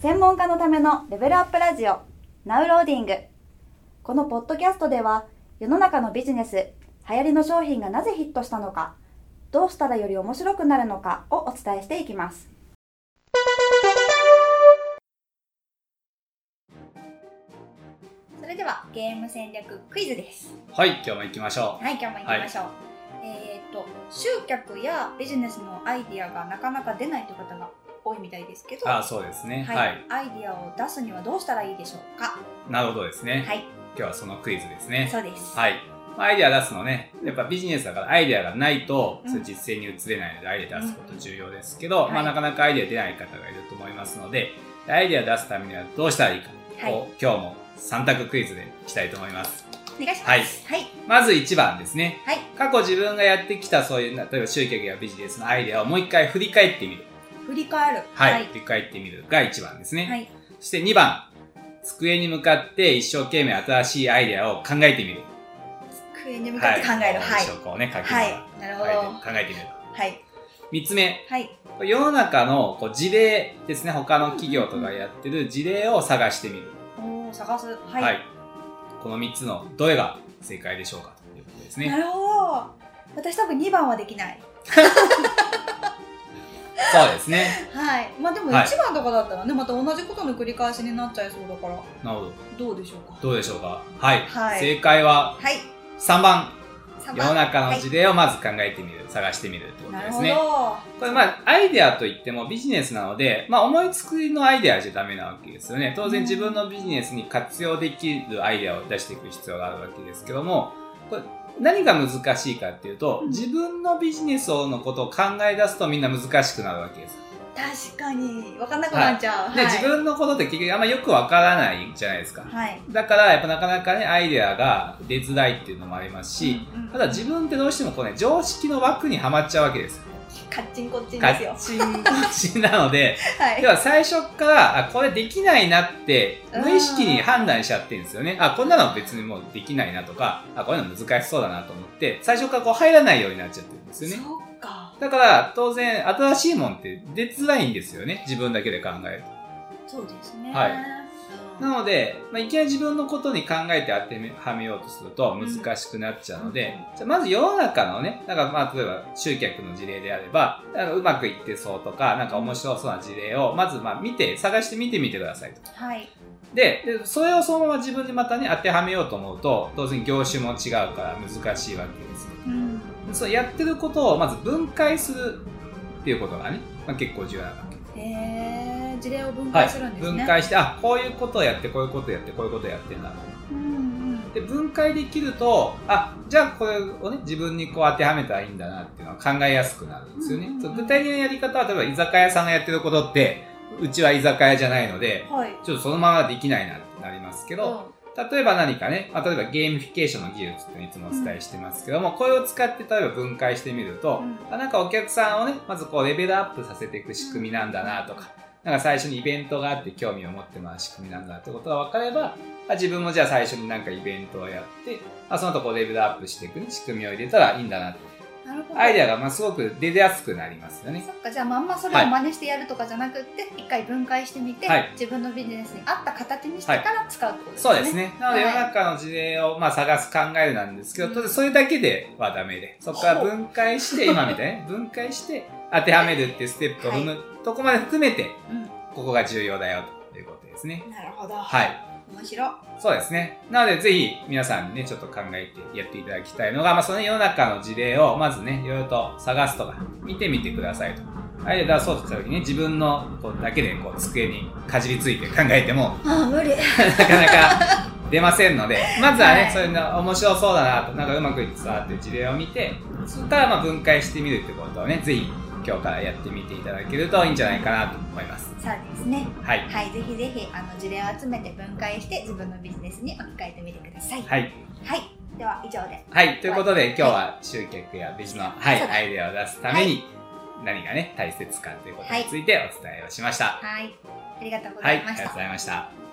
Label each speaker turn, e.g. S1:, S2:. S1: 専門家のためのレベルアップラジオナウローディングこのポッドキャストでは世の中のビジネス流行りの商品がなぜヒットしたのかどうしたらより面白くなるのかをお伝えしていきますそれではゲーム戦略クイズです
S2: はい、今日も行きましょ
S1: はい、今日も行きましょう。えーっと、集客やビジネスのアイディアがなかなか出ないという方が多いみたいですけ
S2: う。
S1: ど、
S2: あそうですね。
S1: は
S2: はいい、
S1: アイディアを出すにはどうしたらいいでしょうか。
S2: なるほどですね。
S1: はい、
S2: 今日はそのクイズですね。
S1: そうです。
S2: はい。まあアイデア出すのね、やっぱビジネスだからアイデアがないと、
S1: うん
S2: それ実践に移れないので、アイデア出すこと重要ですけど、
S1: うん
S2: ま
S1: は
S2: あ
S1: い
S2: なかなかアイデア出ない方がいると思いますので、アイデア出すためにはどうしたらいいか
S1: はい
S2: を、今日も3択クイズでいきたいと思います。
S1: お願いします。はい、
S2: まず1番ですね。
S1: はい、
S2: 過去自分がやってきたそういう、例えば集客やビジネスのアイデアをもう一回振り返ってみる。
S1: 振り返る。
S2: はい。
S1: はい、
S2: 振り返ってみるが1番ですね。
S1: はい、
S2: そして2番、机に向かって一生懸命新しいアイデアを考えてみる。
S1: 机に向かって考える。はい
S2: 一、生こうね、書きな
S1: は
S2: が
S1: い、
S2: ら
S1: なるほ
S2: 考
S1: ど。
S2: えて考えてみる。
S1: はい、
S2: 3つ目、
S1: はい、
S2: 世の中のこう事例ですね、他の企業とかやってる事例を探してみる。
S1: おお、探す。は、
S2: はいい。この3つのどれが正解でしょうかということです
S1: な
S2: ね。
S1: るほど。私多分2番はできない。
S2: そうですね。
S1: はい。まあでも1
S2: はい
S1: 番とかだったらね、また同じことの繰り返しになっちゃいそうだから、
S2: なるほど。
S1: どうでしょうか。
S2: どうでしょうかはい。
S1: はい
S2: 正解は
S1: はい。
S2: 3番。
S1: 三
S2: 世
S1: 番
S2: の中の事例をまず考えてみる、探してみるってこと
S1: な
S2: で
S1: る
S2: す
S1: ほ
S2: ね。
S1: ど。
S2: これまあアイデアといってもビジネスなので、まあ、思いつきのアイデアじゃダメなわけですよね当然自分のビジネスに活用できるアイデアを出していく必要があるわけですけどもこれ何が難しいかっていうと
S1: うん
S2: 自分のビジネスのことを考え出すとみんな難しくなるわけです
S1: 確かに分かんなくなっちゃう。
S2: で、自分のことって結局あんまよくわからないじゃないですか
S1: はい。
S2: だからやっぱなかなかねアイデアが出づらいっていうのもありますし、
S1: うんうん
S2: ただ自分ってどうしてもこうね常識の枠にはまっちゃうわけ です
S1: カッチンコッチン
S2: ガ
S1: ですよ
S2: ッ。チンガッチンなので
S1: はい。
S2: では最初からあこれできないなって無意識に判断しちゃってるんですよねあこんなの別にもうできないなとかあこういうの難しそうだなと思って最初からこう入らないようになっちゃってるんですよね
S1: そっか。
S2: だから当然新しいもんって出づらいんですよね自分だけで考える
S1: そうですね。
S2: はい
S1: うん
S2: なので、まあ、いきなり自分のことに考えて当てはめようとすると難しくなっちゃうので、じゃあまず世の中のね、なんかまあ例えば集客の事例であれば、なんかうまくいってそうとか、なんか面白そうな事例をまずまあ見て、探して見てみてくださいと。
S1: はい。
S2: ででそれをそのまま自分でまたね当てはめようと思うと当然業種も違うから難しいわけです
S1: うん。
S2: そうやってることをまず分解するっていうことがね、まあ、結構重要なわけ
S1: えー、事例を分
S2: は
S1: 解するん
S2: い、
S1: ですね。
S2: 分解してあこういうことをやってこういうことをやってこういうことをやってんだ
S1: うんうん。
S2: で分解できるとあじゃあこれをね自分にこう当てはめたらいいんだなっていうのは考えやすくなるんですよね、
S1: うんうんうん
S2: そう具体的なやり方は例えば居酒屋さんがやってることってうちは居酒屋じゃないので
S1: はい。
S2: ちょっとそのままできないなってなりますけど、例えば何かね、まあ、例えばゲーミフィケーションの技術っていつもお伝えしてますけども、これを使って例えば分解してみると、
S1: うん
S2: あなんかお客さんをねまずこうレベルアップさせていく仕組みなんだなとか、なんか最初にイベントがあって興味を持ってもらう仕組みなんだってことが分かればあ自分もじゃあ最初になんかイベントをやってあその後こうレベルアップしていく、ね、仕組みを入れたらいいんだなって
S1: うん。なるほど。
S2: アイデアがまあすごく出やすくなりますよね。
S1: そっかじゃあまんまそれを真似してやるとかじゃなくって、一回分解してみて、
S2: はい
S1: 自分のビジネスに合った形にしてから使うってことですね。
S2: そうです。ね。なので、
S1: は
S2: 世
S1: い
S2: の中の事例を、まあ、探す考えなんですけど、
S1: うん
S2: 当然それだけではダメで、そこから
S1: ほう
S2: 分解して、今みたいに分解して、当てはめるっていうステップを踏む、とこまで含めて、
S1: う
S2: ここが重要だよということですね。
S1: ん。なるほど。
S2: はい。
S1: 面白い。
S2: そうですね。なので、ぜひ皆さんにね、ちょっと考えてやっていただきたいのが、まあ、その世の中の事例を、まずね、いろいろと探すとか、見てみてくださいと。アイデア出そうとした時に、自分のこうだけでこう机にかじりついて考えても、
S1: ああ、無理。
S2: なかなか出ません ので、まずはね、
S1: はい
S2: そういうの面白そうだなと、なんかうまくいってたなっていう事例を見て、そこからまあ分解してみるってことをね、ぜひ今日からやってみていただけるといいんじゃないかなと思います。
S1: そうですね。
S2: はい。
S1: はい、ぜひぜひあの事例を集めて分解して自分のビジネスに置き換えてみてください。はい、
S2: はい。
S1: では以上で。
S2: はい。ということで、今日は集客やビジの、はい、
S1: そうだ
S2: アイデアを出すために、何がね、大切かということについてお伝えをしました。
S1: はい、ありがとうご
S2: は
S1: ざ
S2: い。あ
S1: い
S2: り
S1: ま
S2: が
S1: し
S2: とう
S1: た。
S2: ございました。